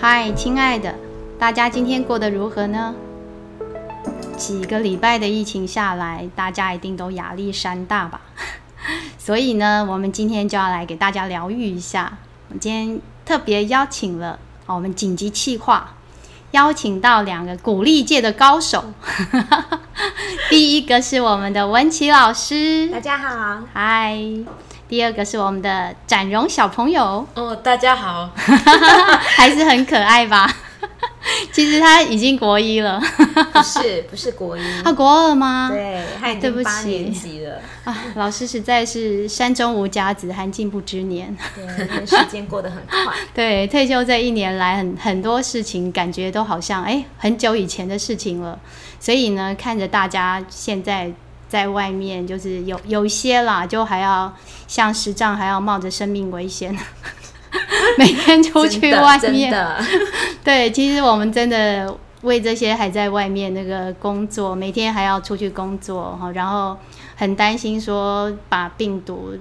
嗨，亲爱的，大家今天过得如何呢？几个礼拜的疫情下来，大家一定都压力山大吧？ 所以呢，我们今天就要来给大家疗愈一下。我今天特别邀请了哦我们紧急企划，邀请到两个鼓励界的高手。 第一个是我们的文琪老大师，家好，嗨；第二个是我们的展荣小朋友，哦，大家好， 还是很可爱吧？ 其实他已经国一了，不是不 是国一，他国二吗？嗯对，他已啊哎对不经八起年级了，啊，老师实在是山中无甲子，寒进不知年。 对，因为时间过得很快，对，退休这一年来很，很多事情感觉都好像哎很久以前的事情了。所以呢，看着大家现在在外面，就是有有一些啦，就还要像师丈还要冒着生命危险， 每天出真去的外真面。的，对，其实我们真的为这些还在外面那个工作，每天还要出去工作哈，然后很担心说把病毒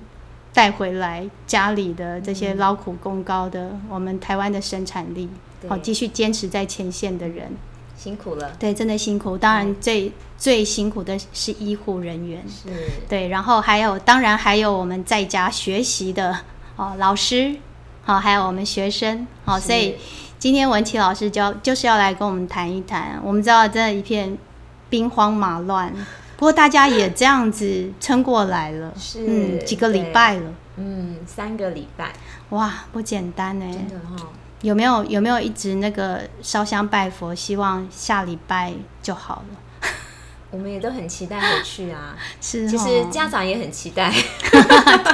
带回来家里的这些劳苦功高的、我们台湾的生产力，好对继续坚持在前线的人，辛苦了，对，真的辛苦。当然最、最辛苦的是医护人员，是对，然后还有，当然还有我们在家学习的哦，老师，好、还有我们学生，好、是所以今天文琪老师就就是要来跟我们谈一谈，我们知道真的一片兵荒马乱，不过大家也这样子撑过来了，是嗯，几个礼对拜了，嗯，三个礼拜，哇，不简单呢。真的哈，有没有有没有一直那个烧香拜佛，希望下礼拜就好了？我们也都很期待回去 啊，是、哦，其实家 长也很期待，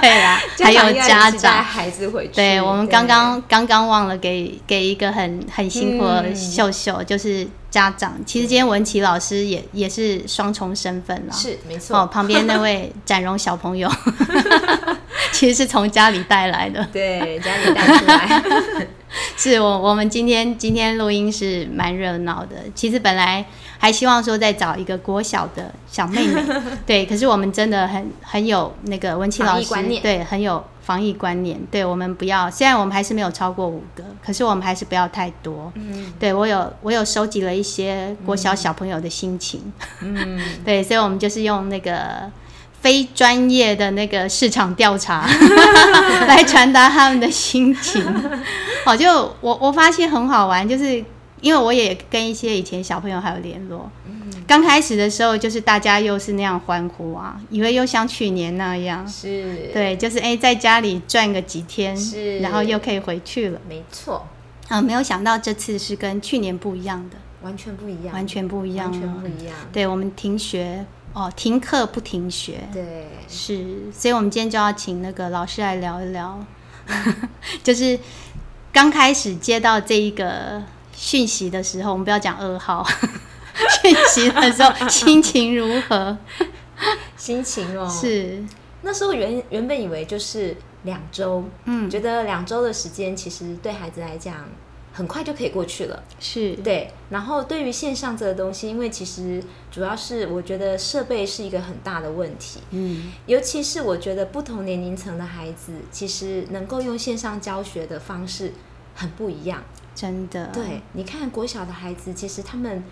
对啦，还有也家很期待长。孩子回去，对，我们刚刚刚刚忘了给给一个很很辛苦的嗯秀秀，就是家长。其实今天文琪老师也也是双重身份啦，是没哦，错，旁边那位展荣小朋 友， 其实是从家里带来的。对，家里带出来， 是我我们今天今天录音是蛮热闹的。其实本来还希望说再找一个国小的小妹 妹，对，可是我们真的很很有那个文琪老防疫师观念对很有防疫观念，对我们不要，虽然我们还是没有超过五个，可是我们还是不要太多。嗯对我有我有收集了一些国小小朋友的心情，嗯， 对，所以我们就是用那个非专业的那个市场调查 来传达他们的心情。哦，就我我发现很好玩，就是因为我也跟一些以前小朋友还有联络。刚开始的时候，就是大家又是那样欢呼啊，以为又像去年那样，是，，对，就是哎、在家里转个几天，是然后又可以回去了。没错，啊、没有想到这次是跟去年不一样的，完全不一样，完全不一样啊完了。全不一样，对我们停学哦，停课不停学，对，是，所以我们今天就要请那个老师来聊一聊， 就是刚开始接到这一个讯息的时候，我们不要讲噩耗， 讯息的时候心情如何？心情哦，是，那时候原原本以为就是两周，嗯，觉得两周的时间其实对孩子来讲很快就可以过去了。是，对，然后对于线上这个东西，因为其实主要是我觉得设备是一个很大的问题，嗯，尤其是我觉得不同年龄层的孩子，其实能够用线上教学的方式很不一样。真的，对，你看国小的孩子，其实他们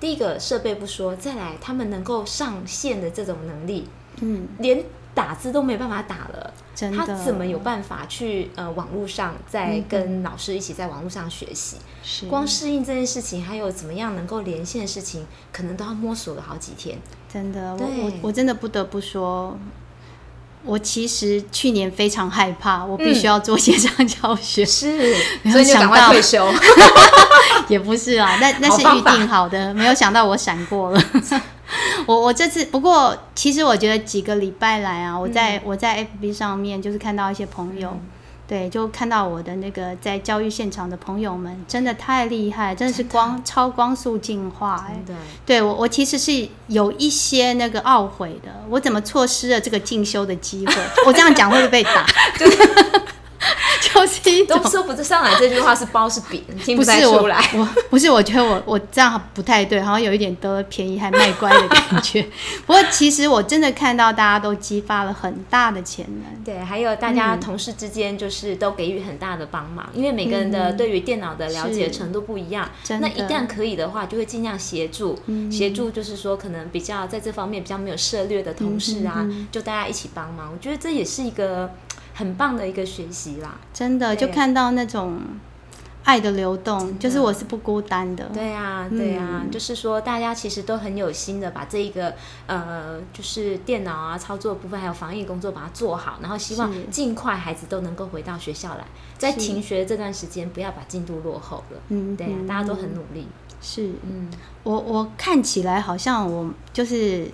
第一个设备不说，再来他们能够上线的这种能力，嗯，连打字都没办法打了。真的，嗯他怎么有办法去呃网络上在跟老师一起在网络上学习？是光适应这件事情，还有怎么样能够连线的事情，可能都要摸索了好几天。真的，我我对我真的不得不说，我其实去年非常害怕，我必须嗯要做线上教学， 是，没有所以就想赶快到 退休。也不是啊，那那好是方预法定好的，没有想到我闪过了。 我我这次不过，其实我觉得几个礼拜来啊，我嗯在、我在 FB 上面就是看到一些朋友，对，就看到我的那个在教育现场的朋友们，真的太厉害，真的是光超光速进化、哎，对，对我我其实是有一些那个懊悔的，我 怎么错失了这个进修的机会？我这样讲会不会被打？都是一种 都说不是上来这句话是包是饼，听不太是我出来。 我不是，我觉得我我这样不太对，好像有一点得了便宜还卖乖的感觉。 不过其实我真的看到大家都激发了很大的潜能，对，还有大嗯家同事之间就是都给予很大的帮忙，因为每个人的对于电脑的了解嗯是程度不一样，真那的嗯一旦可以的话，就会尽量协助，协助就是说可能比较在这方面比较没有涉略的同事嗯啊，就大家一起帮忙，我觉得这也是一个很棒的一个学习啦。真的就对看到那种爱的流动，就是我是不孤单的。对啊，嗯对啊，就是说大家其实都很有心的把这一个呃，就是电脑啊操作部分还有防疫工作把它做好，然后希是望尽快孩子都能够回到学校来，在是停学这段时间不要把进度落后了。嗯，对啊，大家都很努力。是嗯，我我看起来好像我就是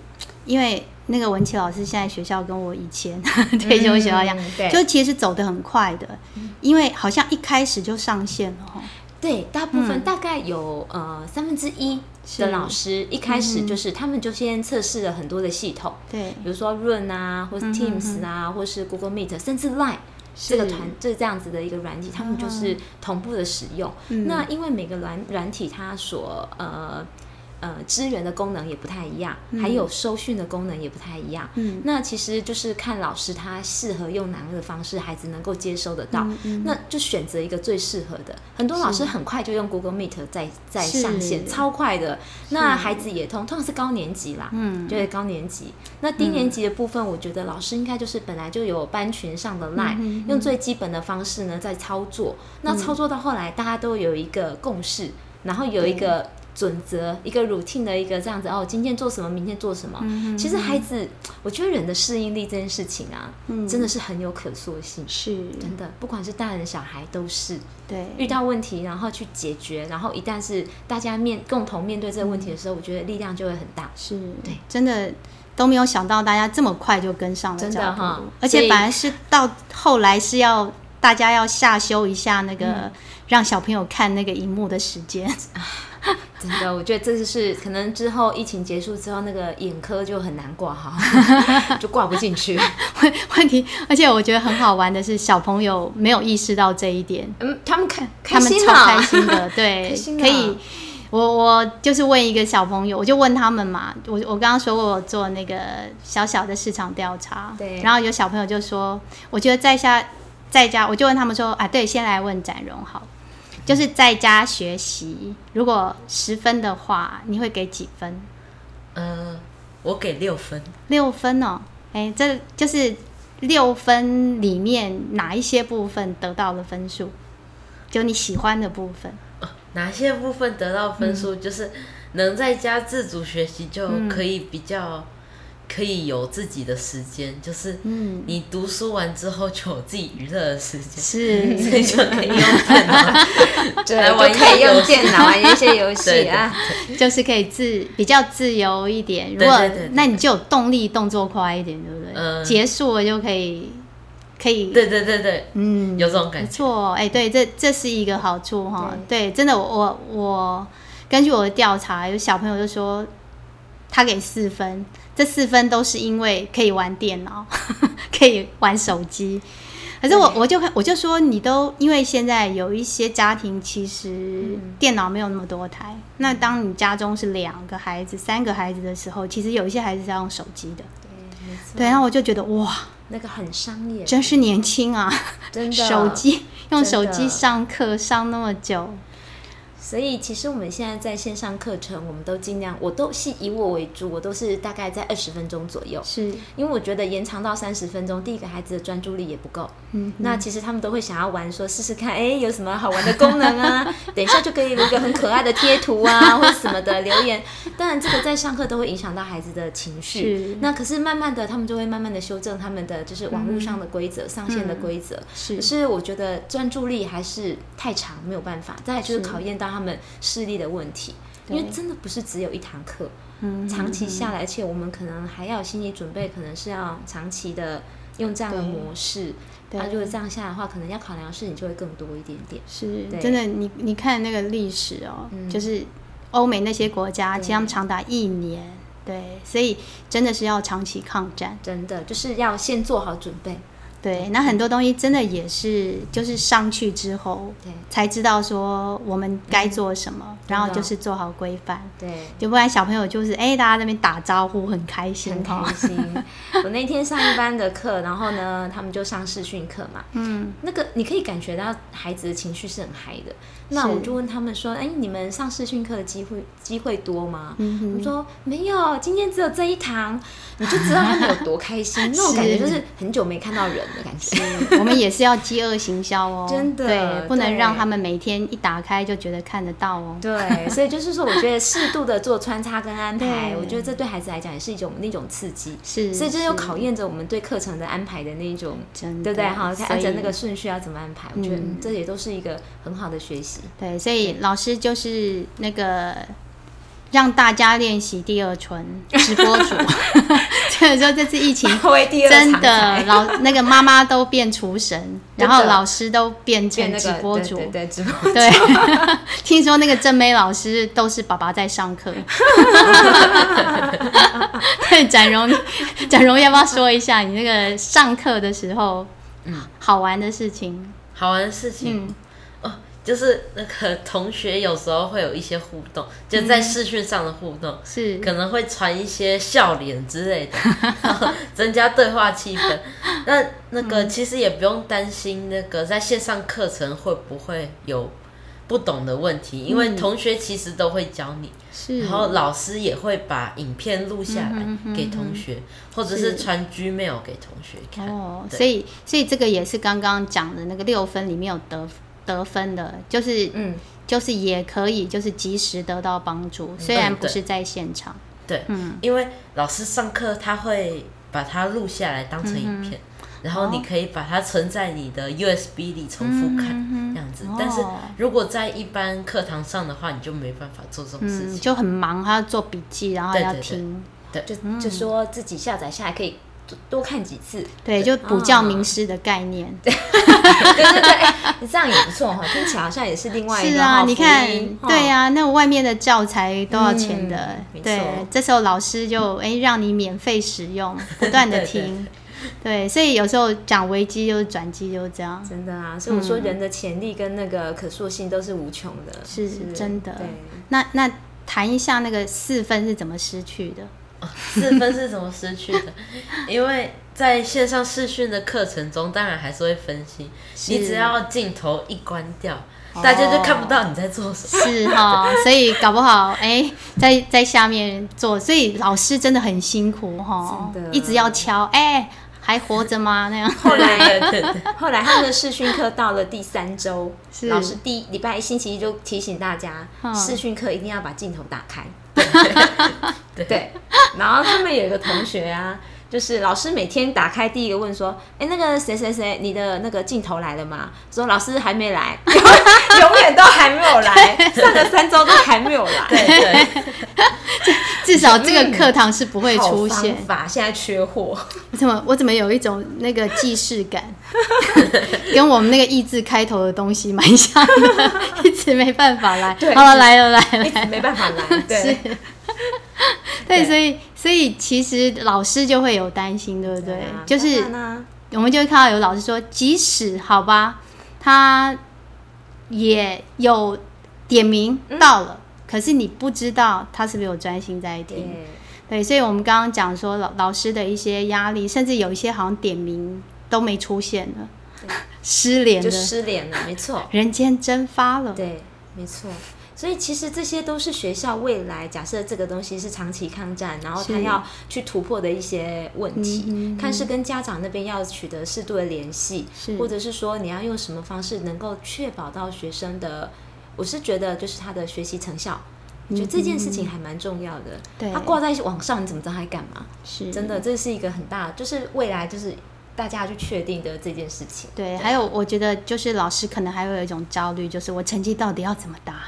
因为那个文琪老师现在学校跟我以前 退休学校一样，嗯对嗯就其实走得很快的，因为好像一开始就上线了哈。对，大部分大概有、呃三分之一是的老师一开始就是、他们就先测试了很多的系统，对，比如说润啊，或是 Teams 啊，或是 Google Meet，甚至 Line。这个是啊团这这样子的一个软体，他们就是同步的使用。嗯那因为每个软软体它所呃呃支援的功能也不太一样，还有收讯的功能也不太一样。嗯那其实就是看老师他适合用哪个方式，孩子能够接收得到，嗯那就选择一个最适合的。很多老师很快就用 Google Meet 在在是上线，超快的。那孩子也通，通常是高年级啦，嗯，就是高年级。那低年级的部分，我觉得老师应该就是本来就有班群上的 line，、用最基本的方式呢在操作。那操作到后来，大家都有一个共识，然后有一个准则，一个 routine 的一个这样子哦，今天做什么，明天做什么。其实孩子，我觉得人的适应力这件事情啊，真的是很有可塑性。是，真的，不管是大人小孩都是对，遇到问题，然后去解决，然后一旦是大家面共同面对这个问题的时候，我觉得力量就会很大。是，对，真的都没有想到大家这么快就跟上了真的脚步哈而所且以反而是到后来是要大家要下修一下那个、嗯让小朋友看那个荧幕的时间， 真的，我觉得这就是可能之后疫情结束之后，那个眼科就很难挂号， 就挂不进去。问问题，而且我觉得很好玩的是小朋友没有意识到这一点，嗯，他们开他开们心超啦开心 的，对开，心可以啦。我我就是问一个小朋友，我就问他们嘛，我我刚刚说过我做那个小小的市场调查，对然后有小朋友就说，我觉得在家在家，我就问他们说啊，对，先来问展荣好了，就是在家学习，如果十分的话，你会给几分？呃，我给六分。六分哦，哎，这就是六分里面哪一些部分得到了分数？就你喜欢的部分，哦哪些部分得到分数？就是能在家自主学习，就可以比较可以有自己的时间，就是嗯你读书完之后就有自己娱乐的时间，是所 以就可以用电脑对，来玩就一可以些游用戏电脑 玩一些游对戏对啊。就是可以自比较自由一点。如对果对对对那你就有动力，动作快一点，对不对？嗯结束了就可以，可以， 对对对对，嗯，有这种感不觉。错哦，哎、对，这这是一个好处哈、对，真的，我我我根据我的调查，有小朋友就说他给四分，这四分都是因为可以玩电脑， 可以玩手机。可是我我就看我就说你都因为现在有一些家庭其实电脑没有那么多台，那当你家中是两个孩子、三个孩子的时候，其实有一些孩子是要用手机的。对，嗯没错对，然后我就觉得哇，那个很商业，真是年轻啊！真的手机用手真机的上课上那么久，所以其实我们现在在线上课程，我们都尽量，我都是以我为主，我都是大概在二十分钟左右，是因为我觉得延长到三十分钟，第一个孩子的专注力也不够。嗯，那其实他们都会想要玩，说试试看，哎，有什么好玩的功 能啊？等一下就可以有一个很可爱的贴图啊，或者什么的留言。当然，这个在上课都会影响到孩子的情是绪。那可是慢慢的，他们就会慢慢的修正他们的就是网络上的规嗯则、上线的规则。是可是我觉得专注力还是太长，没有办法。再来就是考验到他们视力的问题，因为真的不是只有一堂课，嗯长期下来，而且我们可能还要有心理准备，可能是要长期的用这样的对模式。对啊，如果这样下来的话，可能要考量的事情就会更多一点点。是对嗯真的。你你看那个历史哦，就是欧美那些国家，其实他们长达一年，对，所以真的是要长期抗战。真的就是要先做好准备，对，那很多东西真的也是，就是上去之后对嗯才知道说我们该做什么，然后就是做好规范，对，要不然小朋友就是哎、大家在那边打招呼很开心很哦开，心。我那天上一班的课，然后呢，他们就上视讯课嘛。嗯，那个你可以感觉到孩子的情绪是很嗨的。那是我就问他们说：“哎，你们上视讯课的机会机会多吗？”嗯哼我说：“没有，今天只有这一堂。”你就知道他们有多 开心，那种感觉就是很久没看到人的感觉。 我们也是要饥饿行销哦，真的对，不能对让他们每天一打开就觉得看得到哦。对，所以就是说，我觉得适度的做穿插跟安排对，我觉得这对孩子来讲也是一种那种刺激。是，所以这是又考验着我们对课程的安排的那一种，真的对不对？哈，所看按照以那个顺序要怎么安排，我觉得嗯嗯这也都是一个很好的学习。 对，所以老师就是那个让大家练习第二 春直播 主，所以说这次疫情发挥 第二真常的才老那个妈妈都变厨神，然 真的后老师都变变成那直个播对主对，对，直播 对，听说那个正妹老师都是爸爸在上课。 对，展荣，展荣要不要说一下你那个上课的时候，嗯好玩的事情？好玩的事情、嗯哦，就是那个同学有时候会有一些互动，就在视讯上的互动，是可能会传一些笑脸之类的，然后增加对话气氛。那那个其实也不用担心那个在线上课程会不会有不懂的问题，因为同学其实都会教你，是哦然，后老师也会把影片录下来给同学，或者是是传 Gmail 给同学看。哦，对所以所以这个也是刚刚讲的那个六分里面有得得分的，就是嗯，就是也可以就是及时得到帮嗯助，虽然不对是在现场。对，嗯因为老师上课他会把它录下来当成影片，然后你可以把它存在你的 USB 里重复看、这样子哦。但是如果在一般课堂上的话，你就没办法做这种事嗯，情。就很忙，还要做笔记，然后对要对对听。就嗯就说自己下载下来可以多多看几次，对，就补啊教名师的概念。对对对，哎这样也不错哈，听起来好像也是另外一是个啊，哈你福看音，哈对啊，那外面的教材都要钱的嗯，没对错，这时候老师就哎、让你免费使用，不断 的对对听。对，所以有时候讲危机就是转机，就是这样，真的啊，所以我说人的潜力跟那个可塑性都是无穷的，嗯是真的对。那那谈一下那个四分是怎么失去的？ 四分是怎么失去的？因为在线上视讯的课程中，当然还是会分析。你只要镜头一关掉，大家就看不到你在做 什么。是哈、所以搞不好哎、在在下面做，所以老师真的很辛苦哈、真的一直要敲哎、还活着吗？ 那样后来对对对对后来他们的视讯课到了第三周，是老师第一礼拜一星期一就提醒大家，嗯视讯课一定要把镜头打 开。对，然后他们有一个同学啊，就是老师每天打开第一个问说：“哎，那个谁谁谁，你的那个镜头来了吗？”说老师还没来， 永远都还没有 来，上个三周都还没有来。对对对，至少这个课堂是不会嗯好出现。方法，现在缺货。我怎么我怎么有一种那个既视感， 跟我们那个益智开头的东西蛮像的，一直没办法来。对好了，来了来一了。 直没办法 来，对，对，对所以所以其实老师就会有担心，对不对？啊就是当然啊我们就会看到有老师说，即使好吧，他也有点名到了，可是你不知道他是不是有专心在听。嗯对对，所以我们刚刚讲说老老师的一些压力，甚至有一些好像点名都没出现了，失联就了，失联了，没错，人间蒸发了。对，没错。所以其实这些都是学校未来假设这个东西是长期抗战，然后他是嗯要去突破的一些问题，看是跟家长那边要取得适度的联系是，或者是说你要用什么方式能够确保到学生的，我是觉得就是他的学习成效。我觉得这件事情还蛮重要的，嗯对他挂在网上，你怎么知道他在干嘛？是真的，这是一个很大，就是未来就是大家去确定的这件事情。对，还有我觉得就是老师可能还会有一种焦虑，就是我成绩到底要怎么打？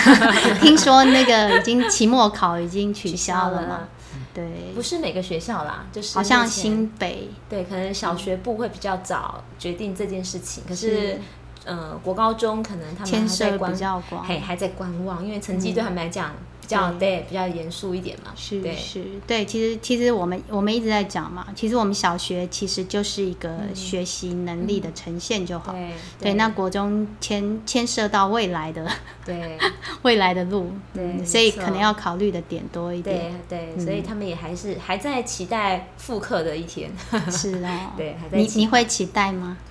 听说那个已经期末考已经取消了嘛？对不，是每个学校啦，就是好像目前新北对，可能小学部会比较早决定这件事情，可是是。呃，国高中可能他们牵还在涉观比较广嘿，还在观望，因为成绩对他们来讲比较对比较严肃一点嘛，是对是，对，其实其实我们我们一直在讲嘛，其实我们小学其实就是一个学习能力的呈现就好。嗯对对，那国中牵牵涉到未来的 对未来的路，对嗯没所以错可能要考虑的点多一点。对对，所以他们也还是还在期待复课的一天。 是哦，对还在你期你会期待吗？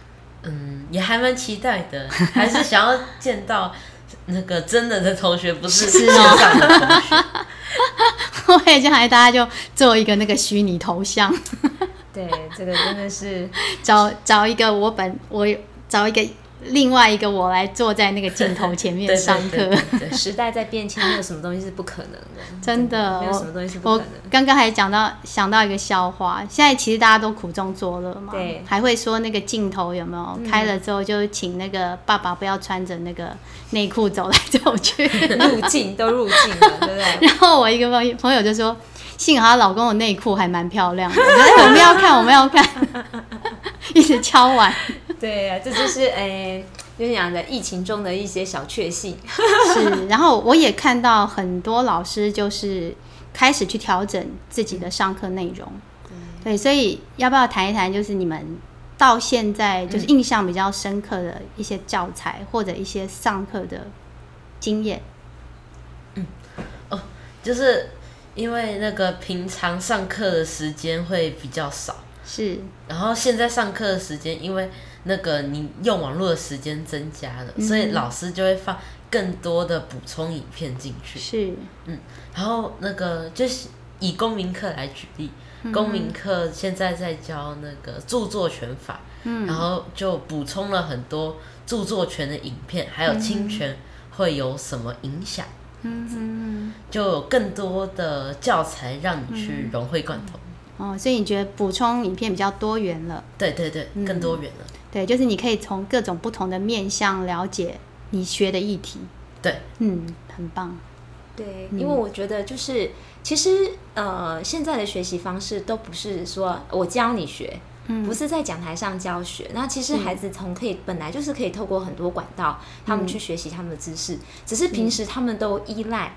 嗯，也还蛮期待的， 还是想要见到那个真人的同学，不是是线哦上的同学。 后面接下来大家就做一个那个虚拟头像，对，这个真 的是找找一个我本我找一个另外一个我来坐在那个镜头前面对上对课。对对对，时代在变迁，没有什么东西是不可能的。真的，没有我什么东西是不可我能的。刚刚还讲到想到一个笑话，现在其实大家都苦中作乐嘛，对嗯还会说那个镜头有没有、开了之后就请那个爸爸不要穿着那个内裤走来走 去，入境都入境了，对不 对？然后我一个朋友朋友就说，幸好她老公的内裤还蛮漂亮的，我说哎我们要看我们要 看，一直敲碗，对啊呀、这就是哎，就是讲的疫情中的一些小确幸。是，然后我也看到很多老师就是开始去调整自己的上课内容。对，所以要不要谈一谈，就是你们到现嗯在就是印象比较深刻的一些教材、或者一些上课的经验？就是因为那个平常上课的时间会比较少，是，然后现在上课的时间，因为那个你用网络的时间增加了，所嗯以老师就会放更多的补充影片进去。是，然后那个就是以公民课来举例，公民课现在在教那个著作权法，然后就补充了很多著作权的影片，还有侵权会有什么影响，嗯就有更多的教材让你去融会贯通。哦，所以你觉得补充影片比较多元了？对对对，更多元了。对，就是你可以从各种不同的面向了解你学的议题。对，嗯，很棒。对，因为我觉得就是，其实呃，现在的学习方式都不是说我教你学，嗯不是在讲台上教学。那其实孩子从可以本来就是可以透过很多管道，他们去学习他们的知识，只是平时他们都依赖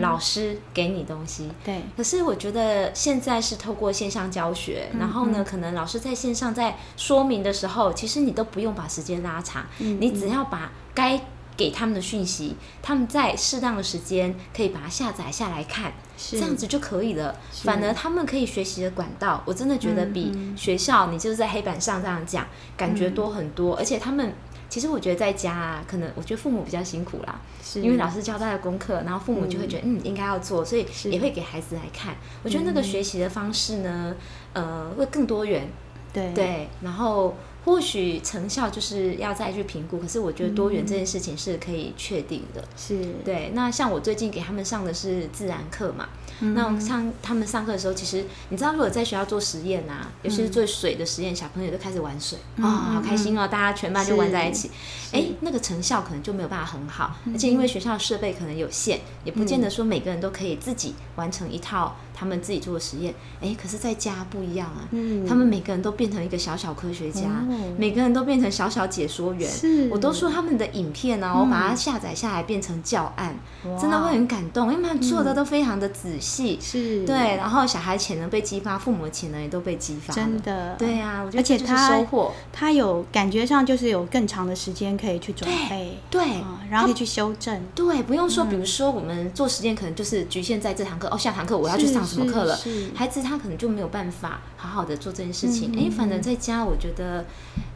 老师给你东西。嗯对，可是我觉得现在是透过线上教学，然后呢，可能老师在线上在说明的时候，其实你都不用把时间拉长，你只要把该给他们的讯息，他们在适当的时间可以把它下载下来看，是这样子就可以了。反而他们可以学习的管道，我真的觉得比学校你就是在黑板上这样讲，感觉多很多，而且他们。其实我觉得在家、啊，可能我觉得父母比较辛苦啦，是因为老师交代的功课，然后父母就会觉得嗯应该要做，所以也会给孩子来看。我觉得那个学习的方式呢，呃，会更多元，对对，然后或许成效就是要再去评估，可是我觉得多元这件事情是可以确定的。是，对，那像我最近给他们上的是自然课嘛，那嗯我上他们上课的时候，其实你知道，如果在学校做实验嗯啊，尤其是做水的实验，小朋友就开始玩水啊、好开嗯心哦，大家全班就玩在一起，哎，那个成效可能就没有办法很好，嗯而且因为学校的设备可能有限，也不见得说每个人都可以自己完成一套他们自己做的实验，哎，可是在家不一样啊，嗯他们每个人都变成一个小小科学家，哦每个人都变成小小解说员，是我都说他们的影片呢、我把它下载下来变成教案，真的会很感动，因为他们做的都非常的仔细。嗯是，对，然后小孩潜能被激发，父母的潜能也都被激发了。真的对啊，我而觉得且这就是他哦收获。他有感觉上就是有更长的时间可以去准对备，对啊然后可以嗯去修正，对，不用说，比如说我们做实验可能就是局限在这堂课，哦，下堂课我要去是上什么是课了是，嗯孩子他可能就没有办法好好的做这件事情。哎、反正在家，我觉得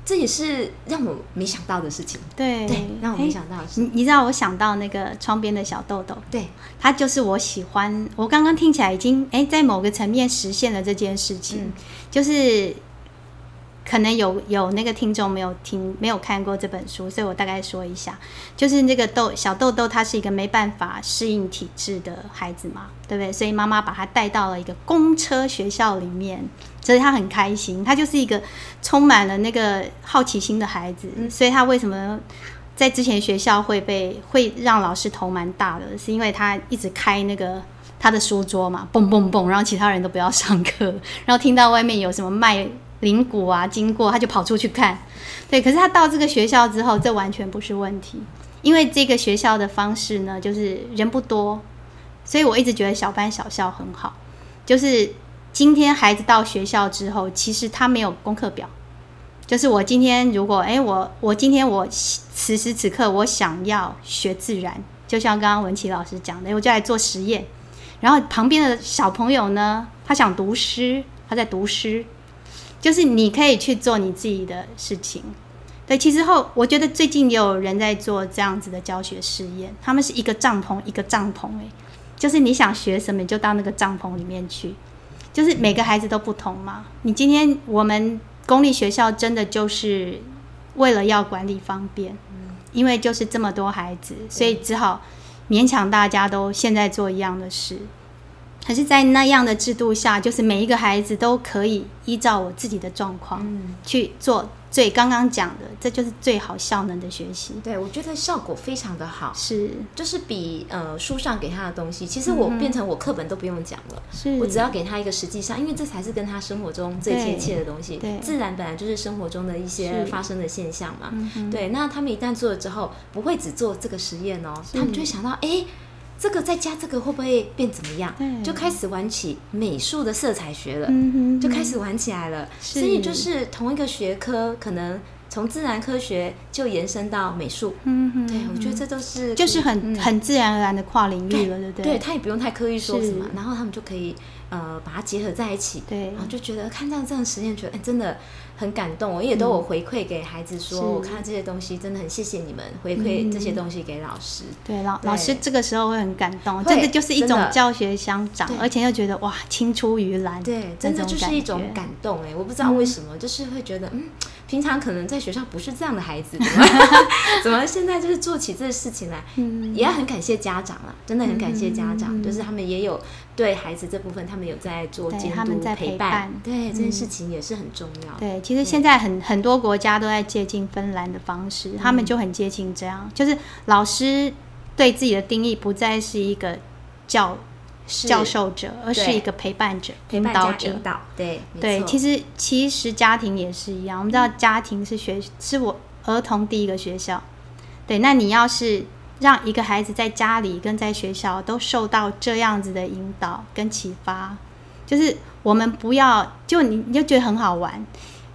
这也是让我没想到的事情。对对，让我没诶想到的是，哎你你知道我想到那个窗边的小豆豆，对，他就是我喜欢。我刚刚听起来已经哎，诶在某个层面实现了这件事情，嗯就是可能有有那个听众没有听没有看过这本书，所以我大概说一下，就是那个豆小豆豆，他是一个没办法适应体质的孩子嘛，对不对？所以妈妈把他带到了一个公车学校里面，所以他很开心。他就是一个充满了那个好奇心的孩子，所以他为什么？在之前学校会被会让老师头蛮大的，是因为他一直开那个他的书桌嘛，蹦蹦蹦，然后其他人都不要上课， 然后听到外面有什么卖灵骨啊经过，他就跑出去看。对，可是他到这个学校之后，这完全不是问题，因为这个学校的方式呢，就是人不多，所以我一直觉得小班小校很好，就是今天孩子到学校之后，其实他没有功课表，就是我今天如果哎、我我今天我此时此刻我想要学自然，就像刚刚文琪老师讲的，我就来做实验，然后旁边的小朋友呢，他想读诗，他在读诗，就是你可以去做你自己的事情。对，其实后我觉得最近也有人在做这样子的教学试验，他们是一个帐篷一个帐篷、欸，就是你想学什么你就到那个帐篷里面去，就是每个孩子都不同嘛。你今天我们公立学校真的就是为了要管理方便，嗯因为就是这么多孩子，所以只好勉强大家都现在做一样的事。可是，在那样的制度下，就是每一个孩子都可以依照我自己的状况，嗯，去做最刚刚讲的，这就是最好效能的学习。对，我觉得效果非常的好，是就是比呃书上给他的东西，其实我变成我课本都不用讲了。是，我只要给他一个实际上，因为这才是跟他生活中最贴切的东西嗯对对。自然本来就是生活中的一些是发生的现象嘛。嗯哼对，那他们一旦做了之后，不会只做这个实验哦，他们就会想到，哎，这个再加这个会不会变怎么样对？就开始玩起美术的色彩学了，嗯哼，就开始玩起来了。是所以就是同一个学科，可能从自然科学就延伸到美术。嗯哼，对，我觉得这都是就是很、嗯很自然而然的跨领域了，对不对对？他也不用太刻意说是什么，然后他们就可以呃把它结合在一起，对然后就觉得看到这样的实验，觉得哎真的很感动。我也都有回馈给孩子说，是嗯我看到这些东西真的很谢谢你们回馈这些东西给老师。对老对老师这个时候会很感动，会真的就是一真种的教学相长对，而且又觉得哇青出于蓝，对，那真的就是一种觉嗯感动哎、我不知道为什么，就是会觉得嗯，平常可能在学校不是这样的孩 子，怎么怎么现在就是做起这个事情来，嗯也很感谢家长啦，真的很感谢家长，嗯就是他们也有对孩子这部分，他们有在做对监督他们在陪陪伴对这件事情也是很重要。对，其实现在很很多国家都在接近芬兰的方式，嗯他们就很接近这样，就是老师对自己的定义不再是一个教是教授者，而是对一个陪伴者、陪引伴导加者引。导，对，没对，错嗯其实其实家庭也是一样，我们知道家庭是学是我儿童第一个学校，对，那你要是让一个孩子在家里跟在学校都受到这样子的引导跟启发，就是我们不要就你你就觉得很好玩，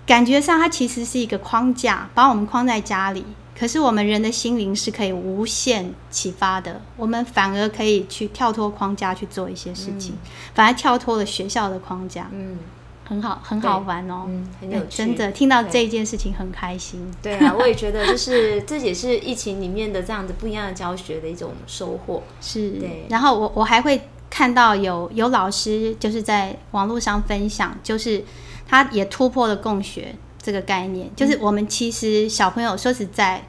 感觉上它其实是一个框架，把我们框在家里。可是我们人的心灵是可以无限启发的，我们反而可以去跳脱框架去做一些事情，反而跳脱了学校的框架。嗯很好，很好玩哦，嗯很对有趣，真的听到对这一件事情很开心。对啊，我也觉得就是这也是疫情里面的这样子不一样的教学的一种收获。是，对然后我我还会看到有有老师就是在网络上分享，就是他也突破了共学这个概念，嗯就是我们其实小朋友说实在，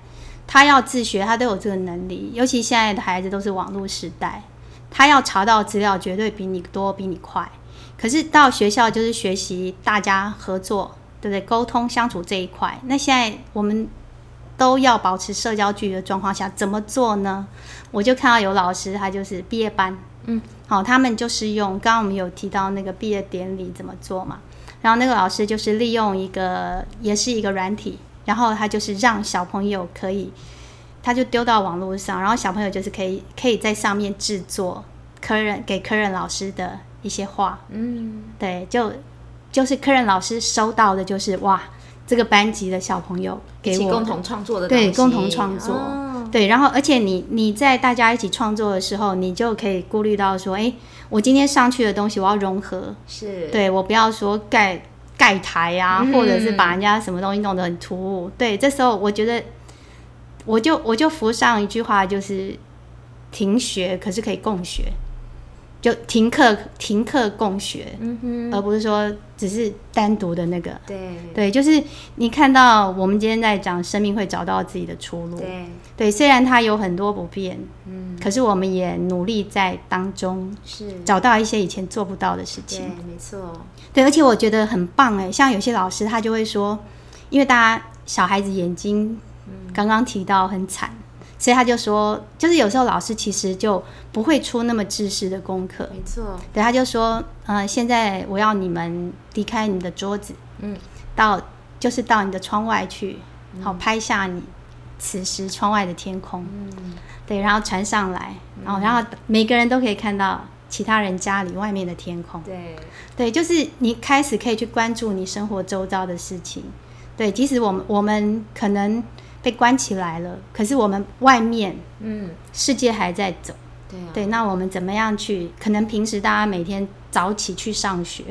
他要自学，他都有这个能力，尤其现在的孩子都是网络时代，他要查到资料绝对比你多，比你快。可是到学校就是学习大家合作，对不对？沟通相处这一块，那现在我们都要保持社交距离的状况下，怎么做呢？我就看到有老师，他就是毕业班，嗯，好、他们就是用刚刚我们有提到那个毕业典礼怎么做嘛，然后那个老师就是利用一个也是一个软体，然后他就是让小朋友可以，他就丢到网络上，然后小朋友就是可以可以在上面制作科任给科任老师的一些画，嗯，对，就就是科任老师收到的就是哇，这个班级的小朋友一给起我共的同创作的对东西共同创作哦对，然后而且你你在大家一起创作的时候，你就可以顾虑到说，哎，我今天上去的东西我要融合，是，对我不要说盖盖台啊，或者是把嗯人家什么东西弄得很突兀。对，这时候我觉得，我就我就附上一句话，就是停学，可是可以共学，就停课停课共学，嗯哼，而不是说只是单独的那个。对对，就是你看到我们今天在讲，生命会找到自己的出路。对，对，虽然它有很多不便，嗯，可是我们也努力在当中是，找到一些以前做不到的事对情。，没错，对，而且我觉得很棒哎，像有些老师他就会说，因为大家小孩子眼睛嗯刚刚提到很惨，所以他就说，就是有时候老师其实就不会出那么知识的功课。没错，对，他就说，呃，现在我要你们离开你们的桌子，嗯，到就是到你的窗外去，好拍下你此时窗外的天空，嗯对，然后传上来，然后、然后每个人都可以看到其他人家里外面的天空。对，对，就是你开始可以去关注你生活周遭的事情。对，即使我们我们可能被关起来了，可是我们外面嗯，世界还在走。对啊，对，那我们怎么样去？可能平时大家每天早起去上学，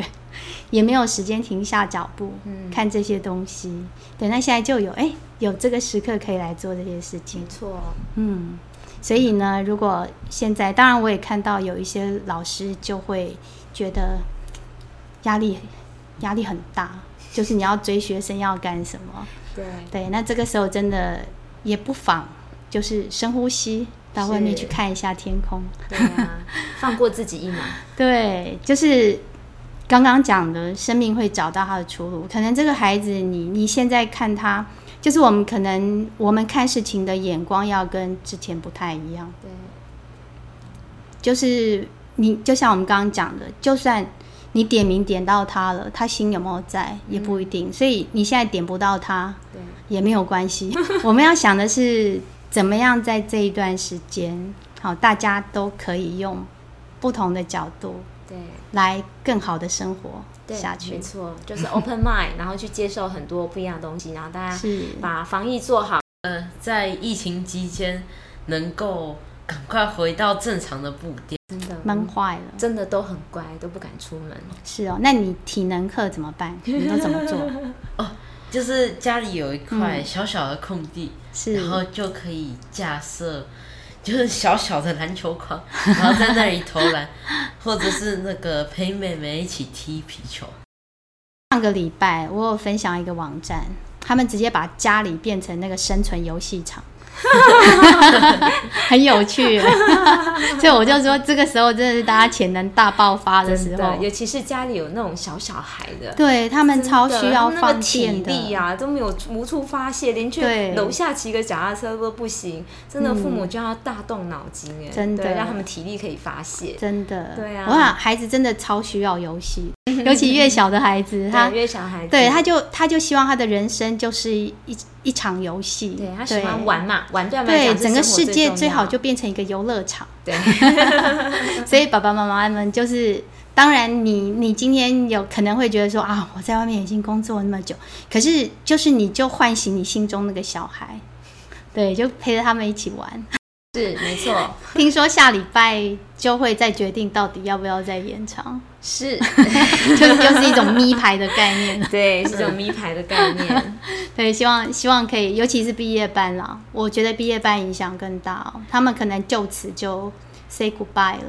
也没有时间停下脚步、嗯看这些东西。对，那现在就有哎、有这个时刻可以来做这些事情没。错，嗯，所以呢，如果现在，当然我也看到有一些老师就会觉得压力压力很大，就是你要追学生要干什么？对，对，那这个时候真的也不妨就是深呼吸，到外面是去看一下天空。对 啊，放过自己一马，对，就是刚刚讲的，生命会找到他的出路。可能这个孩子你，你现在看他，就是我们可能我们看事情的眼光要跟之前不太一样。对，就是你，就像我们刚刚讲的，就算你点名点到他了，他心有没有在也不一定。所以你现在点不到他对，也没有关系。 我们要想的是，怎么样在这一段时间，好，大家都可以用不同的角度。对。来更好的生活对，下没去。错，就是 open mind，然后 去接受很多不一样的东西，然后大家是，把防疫做好。呃，在疫情期间能够赶快回到正常的步调。真的闷坏了。真的都很乖，都不敢出门。是哦，那你体能课怎么 办？你都怎么做？就是家里有一块小小的空地，是然后就可以架设， 就是小小的篮球框，然后在那里投篮，或者是那个陪妹妹一起踢皮球。上个礼拜我有分享一个网站，他们直接把家里变成那个生存游戏 场。很有趣，所以我就说，这个时候真的是大家潜能大爆发的时真的候，尤其是家里有那种小小孩的，对他们超需要真的他们那放个体电力的，啊，都没有无处发泄，连去对嗯楼下骑个脚踏车都不行。真的，父母就要大动脑筋哎，真的对让他们体力可以发泄。真的，对啊我想孩子真的超需要游 戏，尤其越小的孩子，他对，因为小孩子对，他就他就希望他的人生就是一一场游戏，对他喜欢，玩嘛，玩对他们来对讲是整个生活世界最重好要就变成一个游乐场。对所以爸爸妈妈们就是，当然你你今天有可能会觉得说啊，我在外面已经工作了那么久，可是就是你就唤醒你心中那个小孩，对，就陪着他们一起玩。 是没错，听说下礼拜就会再决定到底要不要再延长，是 就就是一种咪牌的概念。对，是这种咪牌的概念。对，希望希望可以，尤其是毕业班啦，我觉得毕业班影响更大、哦，他们可能就此就 say goodbye 了。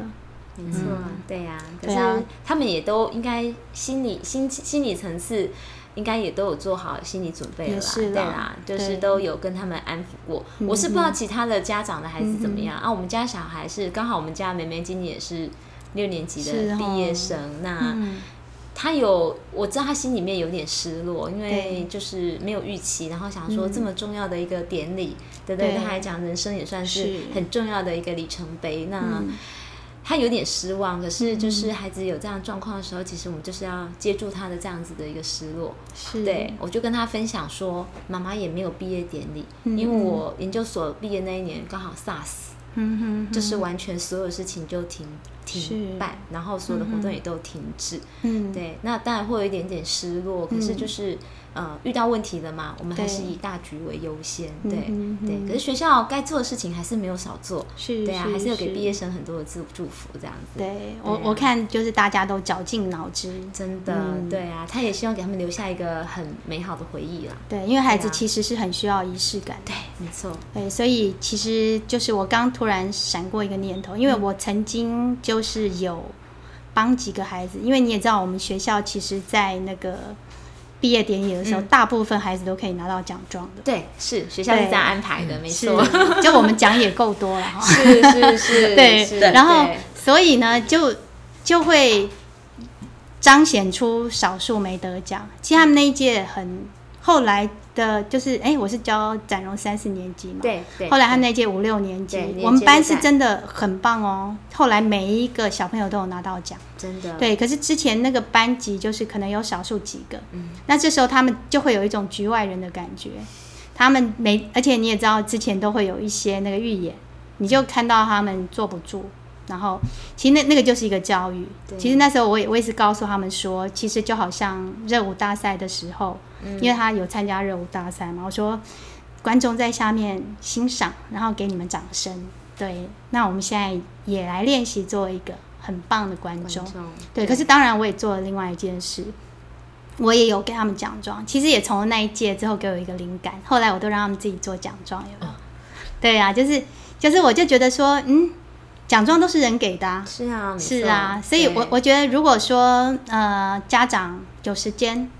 没错，对呀、可对啊是他们也都应该心理心心理层次，应该也都有做好心理准备了也啦，是啦对啦，就对嗯是都有跟他们安抚过。我是不知道其他的家长的孩子怎么样、啊，我们家小孩是刚好我们家梅梅今年也是六年级是的哦毕业生，那。嗯，他有，我知道他心里面有点失落，因为对嗯就是没有预期，然后想说这么重要的一个典礼，对不对？对对他来讲，人生也算是嗯是很重要的一个里程碑。那他有点失望，可是就是孩子有这样状况的时候，其实我们就是要接住他的这样子的一个失落。是，对，我就跟他分享说，妈妈也没有毕业典礼，因为我研究所毕业那一年刚好 SARS。嗯哼，就是完全所有事情就停停是办，然后所有的活动也都停止。嗯，对，那当然会有一点点失落，可是就是、呃遇到问题了嘛，我们还是对以大局为优先，对、嗯哼对。可是学校该做的事情还是没有少做，是，对啊，还是有给毕业生。生很多的祝祝福这样子。对我对啊我看就是大家都绞尽脑汁，真的，对啊，他也希望给他们留下一个很美好的回忆啦。对，因为孩子对啊其实是很需要仪式感的。对，没错，对，所以其实就是我刚突然闪过一个念头，因嗯为我曾经就是有帮几个孩子，因为你也知道，我们学校其实，在那个毕业典礼的嗯时候，大部分孩子都可以拿到奖状的。对，是学校是对嗯这样安排的，没是错，，就我们奖也够多了哈。是 是是，对是，然后对所以呢，就就会彰显出少数没得奖。其实他们那一届很后来的，就是哎、我是教展荣三四年级嘛，对对。后来他那届五六年级对年，级我们班的是带真的很棒哦。后来每一个小朋友都有拿到奖，真的对。可是之前那个班级就是可能有少数几个，嗯那这时候他们就会有一种局外人的感觉。他们每，而且你也知道，之前都会有一些那个预演，你就看到他们坐不住。然后，其实那那个就是一个教育。对其实那时候我也我也是告诉他们说，其实就好像热舞大赛的时候，嗯因为他有参加热舞大赛嘛，我说观众在下面欣赏，然后给你们掌声。对，那我们现在也来练习做一个很棒的观观众众。对，可是当然我也做了另外一件事，我也有给他们奖状。其实也从那一届之后给我一个灵感，后来我都让他们自己做奖状，有嗯没有？对啊，就是就是，我就觉得说，嗯，奖状都是人给的、啊，是啊，没是错啊，所以我对我觉得，如果说呃家长有时间，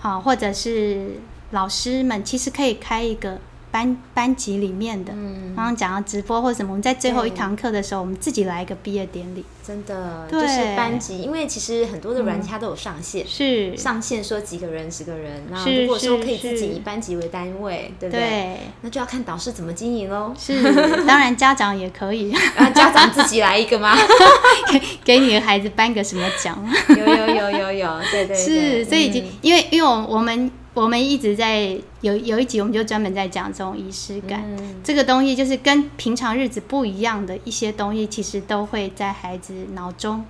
好、或者是老师们，其实可以开一个班班级里面的，嗯刚刚讲到直播或什么，我们在最后一对堂课的时候，我们自己来一个毕业典礼，真的对嗯就是班级，因为其实很多的软件它都有上限。是上限说几个人，十个人，那是如果说是可以自己是以班级为单位，对不对？对。那就要看导师怎么经营 喽。是，当然家长也可以 啊，家长自己来一个吗？ 给你的孩子颁个什么奖，有有有有有， 对对对是，所以已经、嗯因为因为我我们我们一直在有有一集我们就专门在讲这种仪式感，嗯这个东西就是跟平常日子不一样的一些东西，其实都会在孩子脑中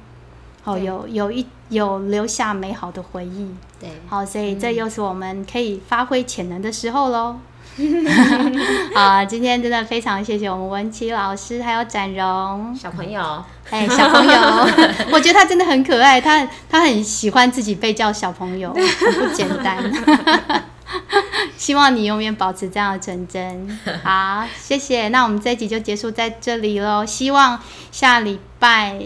哦对嗯有有一有留下美好的回忆，对，好，所以这嗯又是我们可以发挥潜能的时候 喽。啊，今天真的非常谢谢我们文琪老师，还有展荣，小朋友，哎，小朋 友，我觉得他真的很可爱，他他很喜欢自己被叫小朋友，很不简单。 希望你永远保持这样的纯 真。好，谢谢。那我们这一集就结束在这里喽。希望下礼拜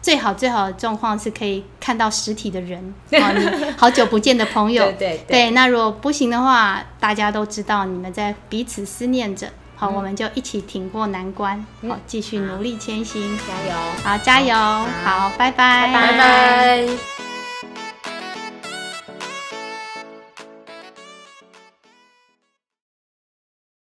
最好最好的状况是可以看到实体的 人，哦、你好久不见的朋友。对对对，那如果不行的话，大家都知道你们在彼此思念着。好，嗯我们就一起挺过难关，好，继续努力前行。加油。好，加油！好，拜拜，拜拜。